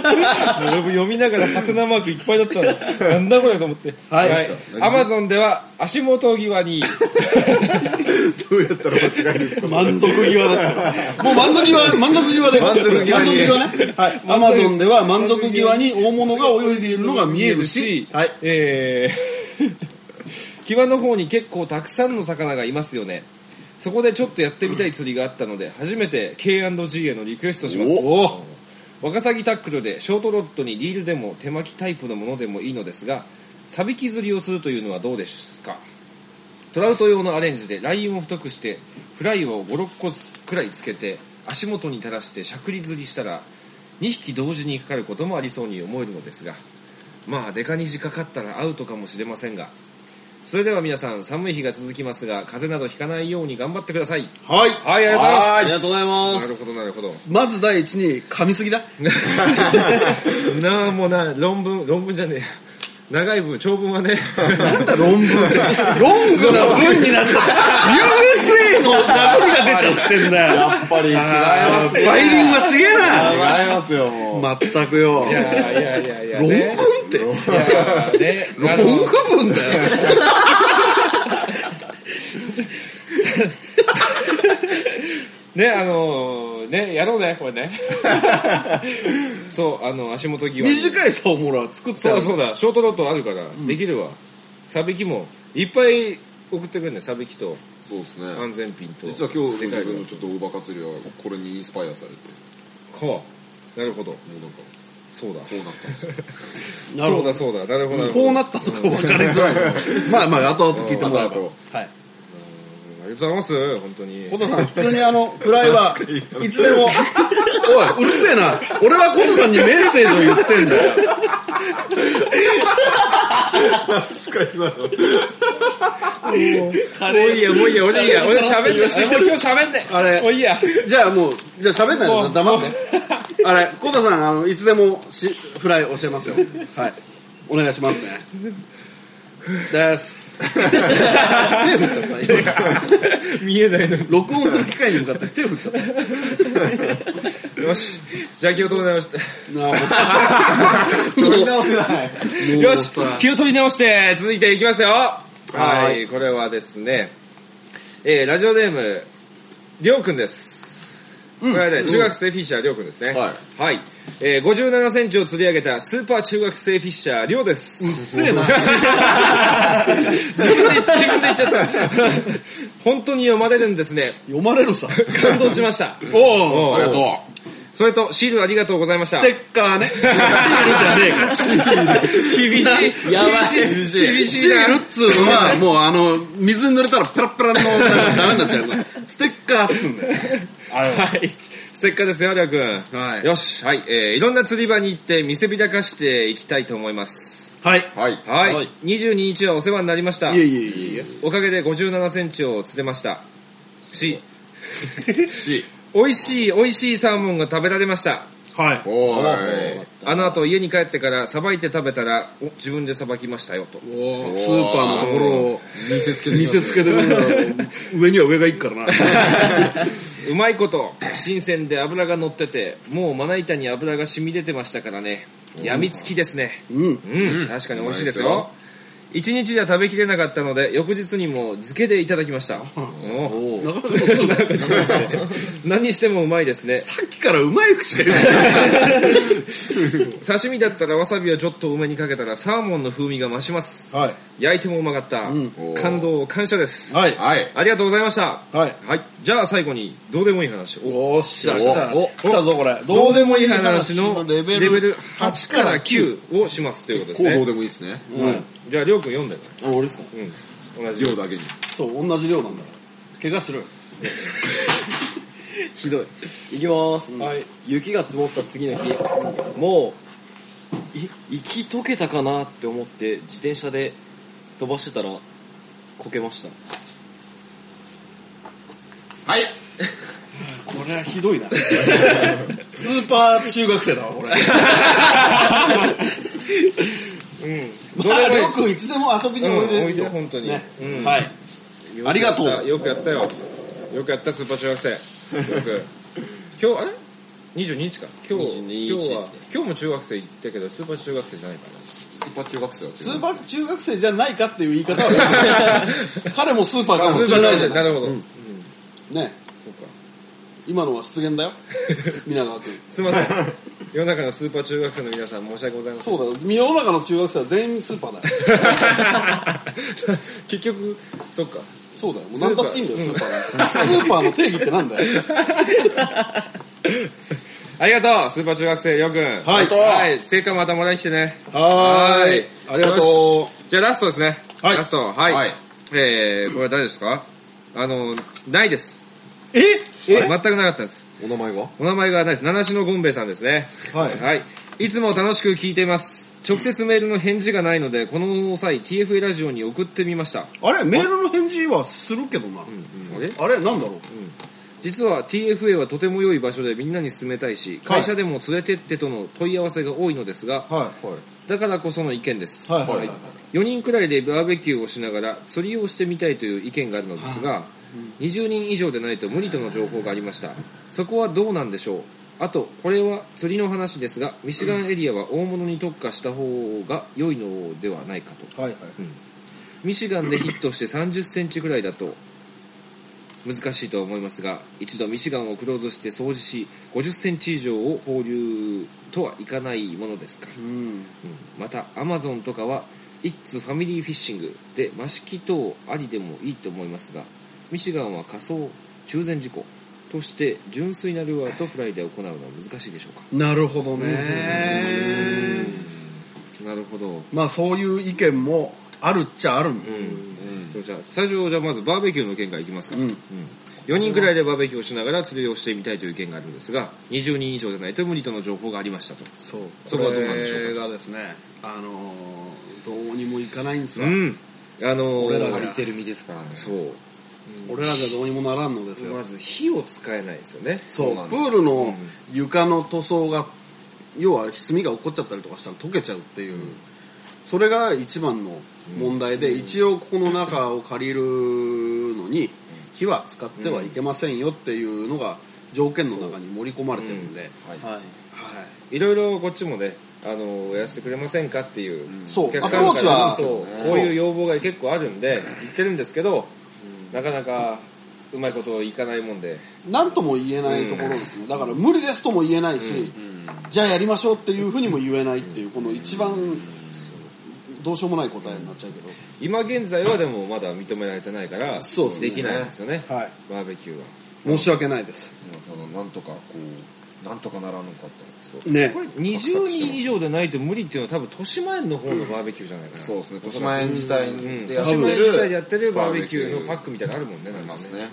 俺も読みながらハテナマークいっぱいだったの。なんだこれと思って。はいアマゾンでは足元際に、どうやったら間違えるんですか満足際ですもう満足際、満足際で。満足際に満足際ね。はい。アマゾンでは満足際に大物が泳いでいるのが見えるし、はい。えー、 際の方に結構たくさんの魚がいますよね。そこでちょっとやってみたい釣りがあったので、初めて K&G へのリクエストします。ワカサギタックルでショートロッドにリールでも手巻きタイプのものでもいいのですが、サビキ釣りをするというのはどうですかトラウト用のアレンジでラインを太くして、フライを5、6個くらいつけて、足元に垂らしてしゃくり釣りしたら、2匹同時にかかることもありそうに思えるのですが、まあ、デカ虹かかったらアウトかもしれませんが、それでは皆さん、寒い日が続きますが、風邪などひかないように頑張ってください。はい。はい、ありがとうございます。ありがとうございまなす。るほど、なるほど。まず第一に、噛みすぎだ。 なあ、もうな、論文、論文じゃねえや。長い文、長文はね。なんだ論文って。ロングな文になっちゃった。USA の名残が出ちゃってんだよ。やっぱり違いますね。バイリンは違え違いな。ますよ、もう。まったくよ。いやいやいやいや、論文ね。って。いやね、あの論文だよ。ね、あの、ね、やろうね、これね。そう、あの、足元際に。短いさ、ほら、作ったそうよだそうだ、ショートノートあるから、できるわ。サビキも、いっぱい送ってくるね、サビキと、そうですね。安全ピンと。実は今日でのかいの自分のちょっと大バカ釣りはこれにインスパイアされて、はあ、なるほど。もうなんかそうだ。こうなったんですよ。なる そほうだ、そうだ、なるほど。なるほどこうなったとか分かりづらい。まあまあ、後々聞いてもらう後々と。はい。ありがとうございます、本当に。コトさん、普通にあの、フライはいつで も、おい、うるせえな。俺はコトさんにメッセージを言ってんだよ。もういいや、もういいや、俺いいや、俺喋って、俺もう今日喋んねあれもういいや。じゃあもう、じゃあ喋んないで黙って。あれ、コトさん、あの、いつでもしフライ教えますよ。はい。お願いしますね。 です。手振っちゃった、今。見えないの。録音する機会に向かって手振っちゃった。なよし。じゃあ気を取り直して。あ、もう取り直せない。よし気を取り直して、続いていきますよはいい、これはですね、えー、ラジオネーム、りょうくんです。これはね、中学生フィッシャーりょうくんですね。。はいはい。えー、57センチを釣り上げたスーパー中学生フィッシャーりょうです。失礼な。自分で、自分で言っちゃった。本当に読まれるんですね。読まれるさ。感動しました。おおありがとう。それと、シールありがとうございましたス。テッカー ね。シールじゃねえから。厳しい。やばい厳しい。厳しシいールな。っつうのは、もうあの、水に濡れたらペラペラのダメになっちゃうから、ステッカーっつうんだよ。はい。せっかですよ、りょうくん。はいよし、はい。えー、いろんな釣り場に行って見せびらかしていきたいと思います。はい。いはい。はい。はい22日はお世話になりました。えいえいえいえ。おかげで57センチを釣れました。し、 し、美味しい美味しいサーモンが食べられました。はい。ーおーい。あの後家に帰ってからさばいて食べたら、お自分でさばきましたよと。スーパーのところを見せつけて見せつけてるんだろう上には上がいくからな。うまいこと、新鮮で油が乗ってて、もうまな板に油が染み出てましたからね。やみつきですね。うん。うん、確かに美味しいですよ。一日じゃ食べきれなかったので、翌日にも漬けでいただきました。おなかなかそうだね何にしてもうまいですね。さっきからうまい口が言うね。刺身だったらわさびをちょっと多めにかけたらサーモンの風味が増します。はい。焼いてもうまかった。うん感動、感謝です。はい。はい。ありがとうございました。はい。はい。じゃあ最後に、どうでもいい話。おおっしゃ、お来た。お来たぞ、これ。どうでもいい話のレベル8かからら9をしますということです行動ね。でもいいですね。うん。じゃあ、りょうくん読んでね。あ、俺ですかうん。同じ。量だけに。そう、同じ量なんだから。怪我する。ひどい。いきます。はい。雪が積もった次の日、もう、い、雪解けたかなって思って、自転車で飛ばしてたら、こけました。はい。これはひ どいな。スーパー中学生だわ、こ れ。うん。どうまであ、もいいです。りょうくんいつでも遊びにおいでうんおいで本当にねうんはい。ありがとう。よくやったよ。よくやった、スーパー中学生。よく。今日、あれ ?22 日か。今日、 22今日日ではすね、今日も中学生行ったけど、スーパー中学生じゃないかな。スーパー中学生だってスーパー中学生じゃないかっていう言い方 は、彼もスーパーかもスーしパれーない中じ学ゃ。生、なんるほど。うんね、そうか。今のは失 言だよ。皆川くん。すいません。世の中のスーパー中学生の皆さん、申し訳ございません。そうだよ。世の中の中学生は全員スーパーだよ。 結局、そっか。そうだよ。もうスー何パだーっていいんだよ、スーパーなんてスーパーの定義ってなんだよ。ありがとう、スーパー中学生、りょうくん。はいはい、成果またもらいに来てね。 はーい。ありがとう。じゃあラストですね。はいラスト、はい。はいえー、これ誰ですかあの、ないです。え全くなかったです。お名前はお名前がないです。七種のゴンベイさんですね。はいはい。いつも楽しく聞いています。直接メールの返事がないので、この際 TFA ラジオに送ってみました。あれメールの返事はするけどな。あれあれなんだろう実は TFA はとても良い場所でみんなに勧めたいし、はい会社でも連れてってとの問い合わせが多いのですが、はい。だからこその意見です。はいはいはい4人くらいでバーベキューをしながら釣りをしてみたいという意見があるのですが、20人以上でないと無理との情報がありました。そこはどうなんでしょうあと、これは釣りの話ですが、ミシガンエリアは大物に特化した方が良いのではないかと。はいはい。ミシガンでヒットして30センチくらいだと難しいとは思いますが、一度ミシガンをクローズして掃除し、50センチ以上を放流とはいかないものですか。うん。うんまた、アマゾンとかは、It's Family Fishing で、マシキ等ありでもいいと思いますが、ミシガンは仮想中禅事故として、純粋なルアーとフライで行うのは難しいでしょうか。なるほどね。なるほど。まあそういう意見もあるっちゃあるんだうん。じゃあ、最初、じゃあまずバーベキューの件からいきますか。うん。 4人くらいでバーベキューをしながら釣りをしてみたいという意見があるんですが、20人以上でないと無理との情報がありましたと。そう。そこはどうなんでしょうかこれがですね、あのー、どうにもいかないんですわ。ん。あのー、俺らが借りてる身ですからね。そう。俺らじゃどうにもならんのですよま。ず火を使えないですよね。そそうなう、んプですールの床の塗装が、要は炭が起こっちゃったりとかしたら溶けちゃうっていう、それが一番の問題で、一応ここの中を借りるのに、火は使ってはいけませんよっていうのが条件の中に盛り込まれてるんで、はい。はい。はいいろいろこっちもね、あのー、やらせてくれませんかっていう。そおう、客アプさんローかチらは、そう、こういう要望が結構あるんで、言ってるんですけど、なかなかうまいこといかないもんで、なんとも言えないところですね。だから無理ですとも言えないし、じゃあやりましょうっていうふうにも言えないっていう、この一番、どうしようもない答えになっちゃうけど。今現在はでもまだ認められてないから、そうですねできないんですよね。はい。バーベキューは。申し訳ないです。今その、なんとか、こう、なんとかならんのかって。そうねこ。れ20人以上でないと無理っていうのは多分豊島園の方のバーベキューじゃないかな。そうですね。豊島園自体うん。で豊やって島園自体る。でやってるバーベキューのパックみたいなのあるもんね、なんかありますね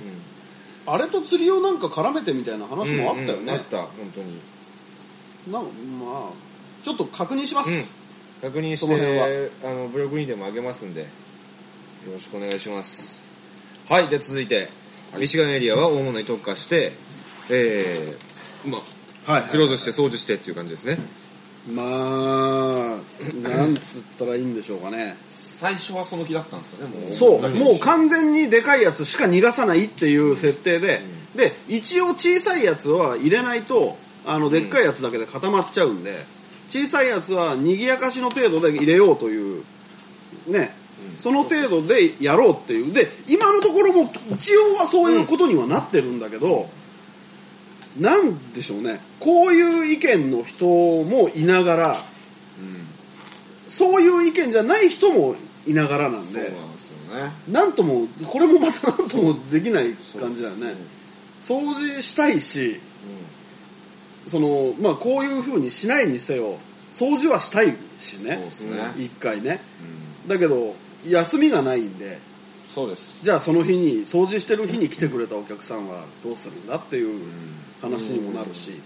あれと釣りをなんか絡めてみたいなうん話もあったようんうんあっね。た、本当に。なんかまあ、ちょっと確認します。うん確認しその辺て、あの、ブログにでもあげますんで、よろしくお願いします。はい、じゃあ続いて、ミシガンエリアは大物に特化して、えー、まあ、はいクローズして掃除してっていう感じですね。まあ、なんつったらいいんでしょうかね。最初はその気だったんですよね、もう。そう、もう完全にでかいやつしか逃がさないっていう設定で、で、一応小さいやつは入れないと、あの、でっかいやつだけで固まっちゃうんで、小さいやつは賑やかしの程度で入れようという、ね、その程度でやろうっていう。で、今のところも一応はそういうことにはなってるんだけど、なんでしょうね、こういう意見の人もいながら、うん。そういう意見じゃない人もいながらなんそうで、なんですよね。なんとも、これもまたなんともできない感じだよね。掃除したいし、その、まあこういう風にしないにせよ、掃除はしたいしそうねで、すね。一回ね。うんだけど、休みがないんで、そうです。じゃあその日に、掃除してる日に来てくれたお客さんはどうするんだっていう話にもなるし、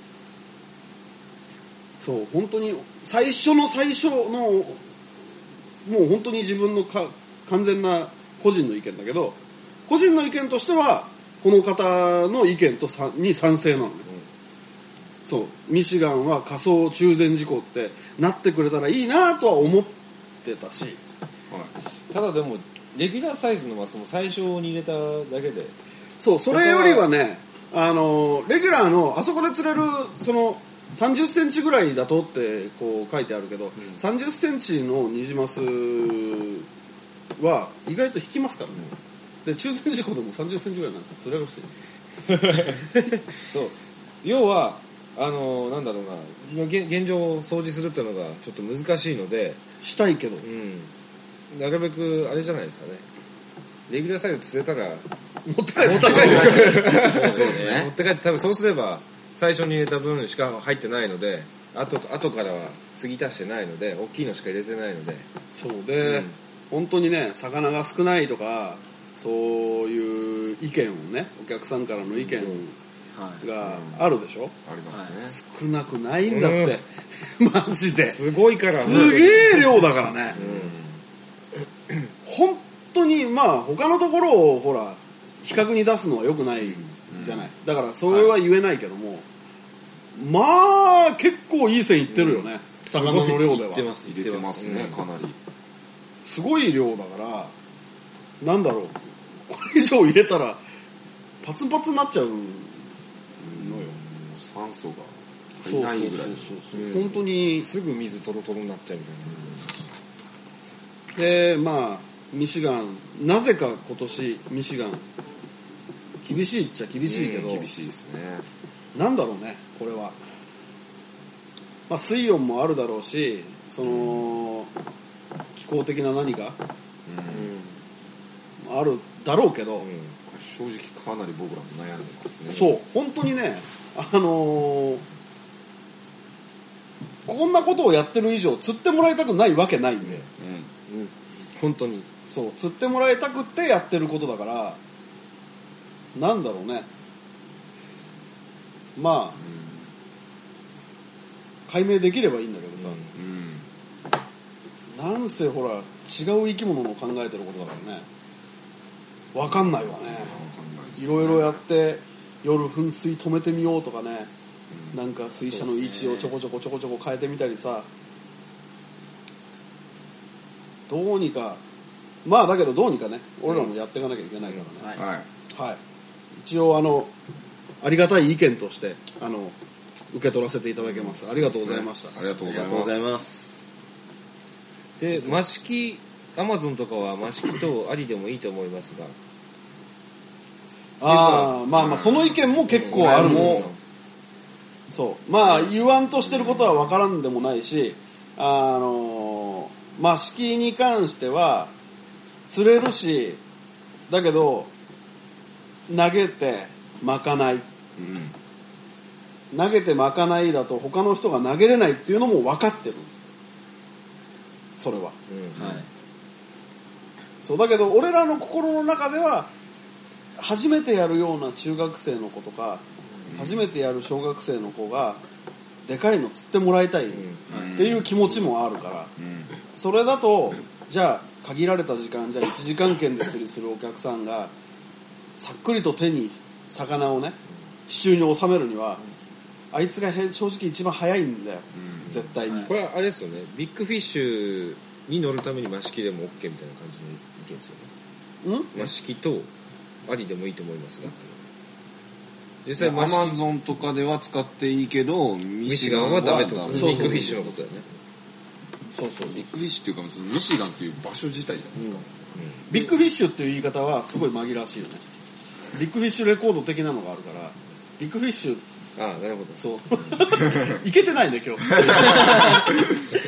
そう、本当に、最初の最初の、もう本当に自分のか完全な個人の意見だけど、個人の意見としては、この方の意見とさに賛成なのね。そう、ミシガンは仮想中禅事故ってなってくれたらいいなとは思ってたし、ただでも、レギュラーサイズのマスも最初に入れただけで、そう、それよりはね、あの、レギュラーの、あそこで釣れる、その、30センチぐらいだとって、こう書いてあるけど、30センチのニジマスは、意外と引きますからね。で、中禅寺湖でも30センチぐらいなんですよ。釣 れるし。そう。要は、あの、なんだろうな、今現現状を掃除するっていうのがちょっと難しいので、したいけどう。ん。なるべく、あれじゃないですかね。レギュラーサイズ釣れたら、 持って帰って高いから。 そうです持っね。て帰って、多分そうすれば、最初に入れた分しか入ってないので、あと、後からは継ぎ足してないので、大きいのしか入れてないので、そうで、うん本当にね、魚が少ないとか、そういう意見をね、お客さんからの意見はい。があるでしょありますね。少なくないんだって。 マジで。すすごいから。げえ量だからね。うん本当に、まあ他のところをほら、比較に出すのは良くないじゃない。だからそれは言えないけども、まあ結構いい線いってるよね。魚の量では。ます入れてますね、かなり。すごい量だから、なんだろう、これ以上入れたら、パツンパツになっちゃうのよ。もう酸素がそ足りうないぐらい。そうそうそう本当に、すぐ水トロトロになっちゃうみたいな。で、まあ、ミシガン、なぜか今年、ミシガン、厳しいっちゃ厳しいけど、厳しいですね。なんだろうね、これは。まあ、水温もあるだろうし、その、気候的な何かうんあるだろうけど、正直かなり僕らも悩んでますね。そう、本当にね、あのーこんなことをやってる以上、釣ってもらいたくないわけないんで、うん。本当に。そう、釣ってもらいたくってやってることだから、なんだろうね。まあ、解明できればいいんだけどさ、うん。なんせほら、違う生き物の考えてることだからね、わかんないわね。わかんないですいろいろやって、夜噴水止めてみようとかね、うんなんか水車の位置をちょこちょこちょこちょこ変えてみたりさ、どうにか、まあだけどどうにかね、俺らもやっていかなきゃいけないからね。はい。はい。一応あの、ありがたい意見として、あの、受け取らせていただけます。ありがとうございました。ありがとうあごりざがいとうごまざいす。ます。で、マシキ、アマゾンとかはマシキとありでもいいと思いますが。ああ、まあまあ、その意見も結構あるもん。そう。まあ、言わんとしてることは分からんでもないし、あのー、まあ、敷居に関しては、釣れるし、だけど、投げて巻かない。うん。投げて巻かないだと他の人が投げれないっていうのも分かってるんですそれは。うん。はい。そう、だけど俺らの心の中では、初めてやるような中学生の子とか、初めてやる小学生の子が、でかいの釣ってもらいたい。っていう気持ちもあるから、うん。それだと、じゃあ、限られた時間、じゃあ1時間券で釣りするお客さんが、さっくりと手に魚をね、支柱に収めるには、あいつがへ正直一番早いんだよ、うん絶対に。これはあれですよね、ビッグフィッシュに乗るためにマシキでも OK みたいな感じの意見ですよね。うんマシキとありでもいいと思いますが。実ア際マシマゾンとかでは使っていいけど、キ、ミミシガンはダメとか、ビそうッグフィッシュのことだよね。そうそうビッグフィッシュっていうか、そのミシガンっていう場所自体じゃないですか。ビッグフィッシュっていう言い方はすごい紛らわしいよね。ビッグフィッシュレコード的なのがあるから、ビッグフィッシュ、ああ、なるほど。そ う。いけてないね、今日。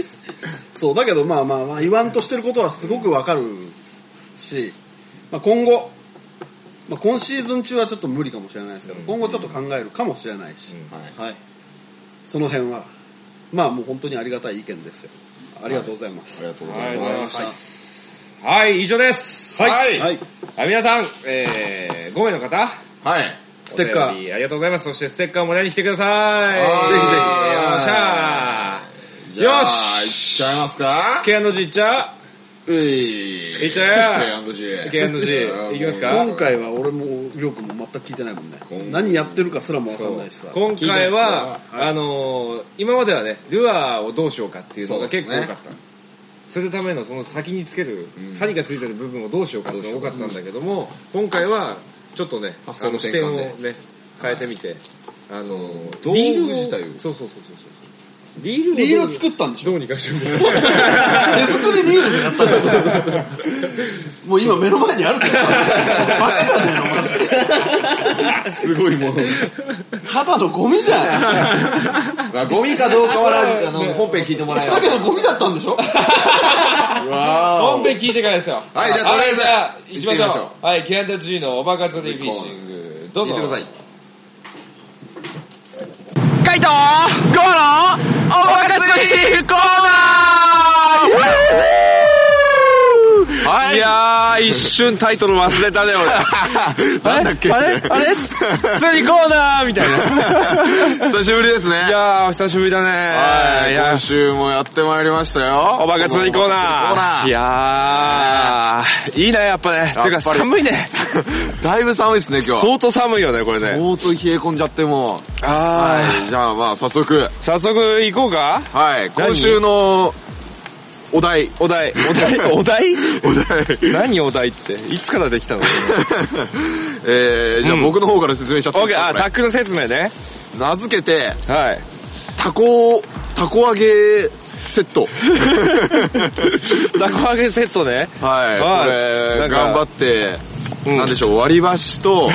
そう、だけどまあまあまあ、言わんとしてることはすごくわかるし、まあ今後、まあ今シーズン中はちょっと無理かもしれないですけど、今後ちょっと考えるかもしれないし、はい。はい。その辺は、まあもう本当にありがたい意見ですよ。ありがとうございます。ありがとうございありがとうごま。ざいますしたはい、以上です。はいはい。あ皆さん、えー、5名の方、はい。ステッカーありがとうございます。そしてステッカーもらいに来てください。はいぜひぜひよっしゃじゃあ、よいっちゃいますかー。K&G いっちゃうい。いっちゃえ K&G。 K&G いきますか今回は俺もりょうくんも全く聞いてないもんね今。回何やってるかすらもわかそんうないしさ。今回は、聞いてますあのー、今まではね、ルアーをどうしようかっていうのがそうで結す構ね多かった。するためのその先につけるうん、針がついてる部分をどうしようかっていうのが多かったんだけども、今回はちょっとね、発想あのの転視換で点をね、変えてみて、あのー、道具リールを自体をそうそうそうそうそう。リールをどうリール作ったんでしょどうにかしてもらう手作りリールでやったんでしょ もう今目の前にあるから。バカじゃねえの、マジで。すごいもの。ただのゴミじ ゃん。まあ、ゴミかどうかはラジあの、本編聞いてもらえばだけどゴミだったんでしょわ本編聞いてからですよ。はいじゃあとりあえはいじずゃあ行きまし行ってみょましう。はい、ケアンダ G のおバカツリーフィッシング。どう聞いぞ。てください。カイトゴーのおばかつりコーナーはい。いやー、一瞬タイトル忘れたね、 俺。なんだっけあれあれ釣りコーナーみたいな。久しぶりですね。 いやー、お久しぶりだねはい、いや今週もやってまいりましたよ。お化け釣りコーナー。コーナーいやー、いいね、やっぱね。てやかっぱり寒いね。だいぶ寒いですね、今日。相当寒いよね、これね。相当冷え込んじゃってもう。あはい、じゃあまあ早速、ー、早速行こうかはい、何今週のお題。お題。 お題お題お題。何お題って。いつからで きたのオ えー、じゃあうん僕の方から説明しちゃっていいッでケー、すかあ、これタックル説明ね。名付けて、はい。タコ、タコ揚げセッ ト。ダコ揚げセットね。はい、あーこなれ、んか頑張って、うんなんでしょう、割り箸と、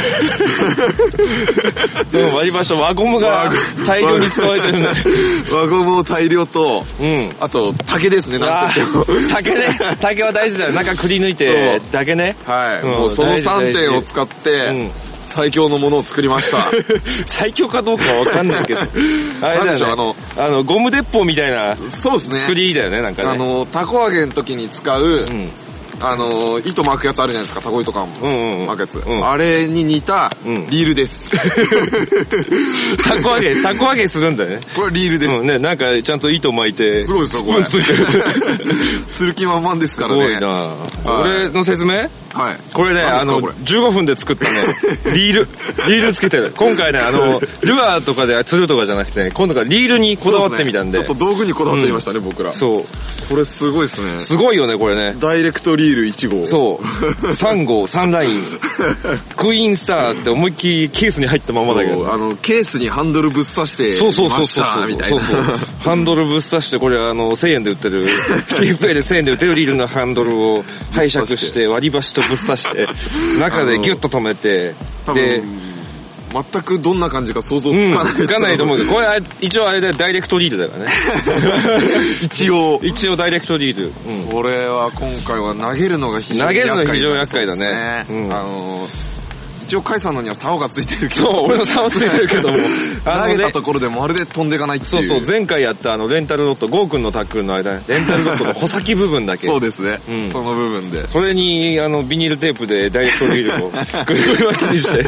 でも割り箸と輪ゴムが大量に使われてるね。 輪ゴムを大量と、うん。あと、竹ですね、なあんて言っても。ー竹ね。竹は大事だよ。中くり抜いて、竹ね。はい、うんもうその大事3点大を事使っうてん、最強のものを作りま した。最強かどうかはわかんないけど。あ なんれでだしょう、あよね。の、あの、ゴム鉄砲みたいなそうです作ね。りだよね、なんかあね。の、タコ揚げの時に使うう、ん。あの、糸巻くやつあるじゃないですか、タコ糸かうも。んうんうん。巻くやつ。うん。あれに似た、うんリールです。たこ揚げ、た こ揚げするんだよね。これリールです。うんね、なんかちゃんと糸巻いて。すごいですよ、これ。スプーンついてる。 する気満々ですかすらごいね。な俺の説明はい。これね、あ何ですかの、これ15分で作った ね、リール、リールつけてる。今回ね、あの、ルアーとかで釣るとかじゃなくてね、今度からリールにこだわってみたんで。そうすねちょっと道具にこだわってみましたね、僕ら。そう。これすごいですね。すごいよね、これね。ダイレクトリール1号。う。そう。3号、3ラ イン。クイーンスターって思いっきりケースに入ったままだけど。あの、ケースにハンドルぶっ刺して、そうそうそうそうましたそうみたいな。そうそうハンドルぶっ刺して、これあの、1000円で売ってる、フリープレイで1000円で売ってるリールのハンドルを拝借して、割り箸とぶっ刺して、中でギュッと止めて、多で、分、全くどんな感じか想像うん、つかない。つかないと思うけど、これあれ一応あれでダイレクトリールだからね。 一応。一応ダイレクトリール。うん。これは今回は投げるのが非常投にげる厄介の非常に厄介だねそうですうんあのー、一応、カイさんのには竿がついてるけそう、ど、俺の差はついてるけ ども、投げねたところでまるで飛んでいかないっていう。そうそう、前回やったあの、レンタルロット、ゴー君のタックルの間、レンタルロットの穂先部分だ け。そうですね、うんその部分で。それに、あの、ビニールテープでダイレクトリールをぐるぐる巻きに して。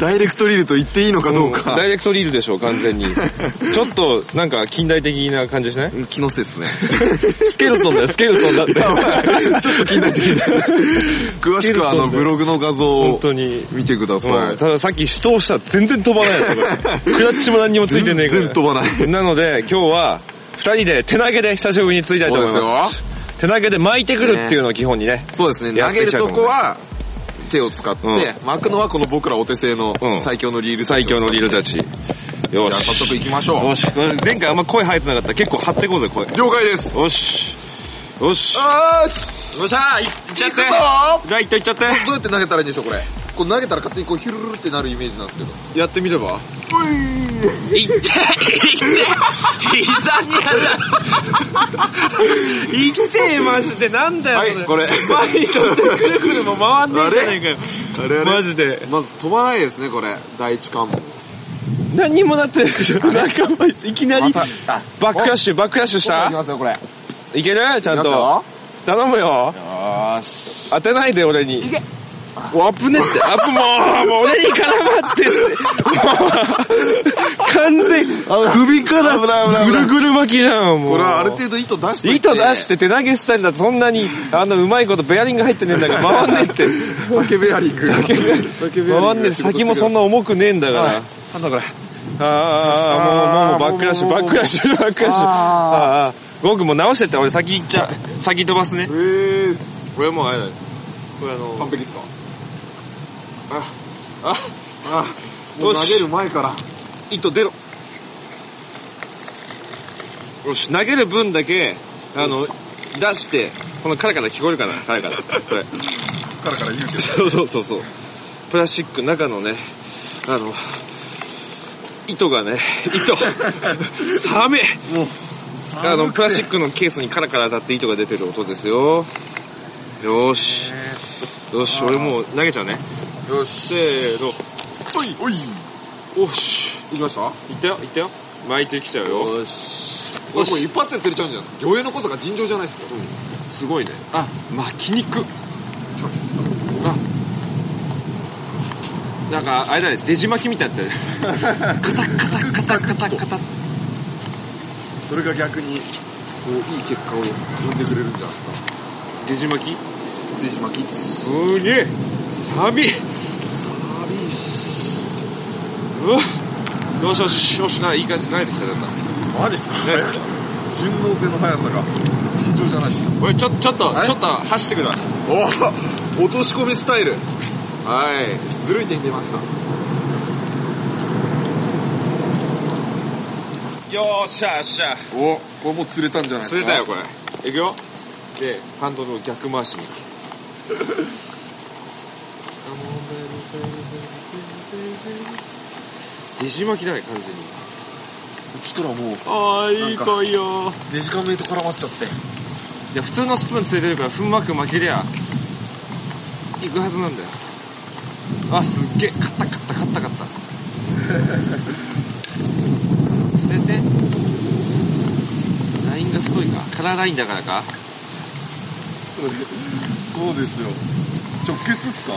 ダイレクトリールと言っていいのかどうか。んダイレクトリールでしょ、完 全に。ちょっと、なんか、近代的な感じしない気のせいですね。 スケルトンだよ、スケルトンだって。 ちょっと気になってきた。詳しくはあのブログの画像本を当に。見てくださうんい。たださっき死闘したら全然飛ば ないやつこれクラッチも何にもついてねえから。全然飛ばないなので、今日は、二人で手投げで久しぶりについたいと思います。手投げで巻いてくるっていうのを基本にね。そうですね、や投ってげきるちゃうかともねこは手を使って、う巻くのはこの僕らお手製のうん最強のリール最強のリールたち。よじゃあ早し。速行きましょよし。前回あんま声入ってなかった。結構張ってこうぜ、声。う。了解です。よし。よし。よあーしっしゃーいっちゃってじ行くぞゃあいっといっちゃってどうやって投げたらいいんでしょう、これ。こう投げたら勝手にこうヒュルルルってなるイメージなんですけど。やってみれば痛い痛い膝に当たる生きてえマジでなんだよはい、これ。前に飛んでくるくるも回んねえじゃねえかよあれあれマジでまず飛ばないですね、これ。第一関門。何にもなってないけど、なんかお前いきなり、バックラッシュ、バックラッシュし行たきますよ、これ。いけるちゃんと。行き頼むよ。ますよ。よーし。当てないで、俺に。いけアップねって、アップもう、もう俺に絡まって って。もう完全、首から危ない危ないぐ危ないるぐる巻きじゃん、もう。これはある程度糸出して糸出して手投げしたりだとそんなに、あの、うまいことベアリング入ってねえんだから回んねえって。竹ベアリング。竹ベアリング回んねえ、先もそんな重くねえんだから。なんだこれ。あーあー、あーもう、もう、もうバックラッシュ、もうバックラッシュ、バックラッシュ。あーあー、ゴー君もう直してって、俺先行っちゃう。先飛ばすね。えー、これもうあれだよ。これあ完の、璧っすかあ、あ、あ、もようし投げる前から。糸出ろ。よし、投げる分だけ、あの、出して、このカラカラ聞こえるかなカラカラ。これ。からから言うけど。そうそうそうそう。プラスチック中のね、あの、糸がね、 糸、寒いあの、プラスチックのケースにカラカラ当たって糸が出てる音ですよ。よーし。よし、俺もう投げちゃうね。よし。せーの。おい、おい。おっし。いきましたいったよ、いったよ。巻いてきちゃうよ。よし。これもう一発で釣れちゃうんじゃないですか。魚影のことが尋常じゃないっすよ。すごいね。あ、巻き肉。ちょっとあなんかあれだねデジ巻きみたいになってるカタカタカタカタそれが逆に、こう、いい結果を生んでくれるんじゃないですか。デジ巻きデジ巻き。すげえサビサビうわよしよしよしないい感じ慣れてきただんだんマジっすか 順応性の速さが尋常じゃないですおいちょちょっとはいちょっと走ってくだおお落とし込みスタイルはいずるい点出ましたよっしゃよっしゃおこれもう釣れたんじゃないです釣かれたよこれいくよでハンドルを逆回しにデジ巻きだね完全にちょっとらもうああいい来いよデジカメと絡まっちゃっていや普通のスプーンついてるからふんまく負けりゃいくはずなんだよあすっげえ勝った勝った勝った勝ったそれでラインが太いかカラーラインだからかそうですよ直結っすか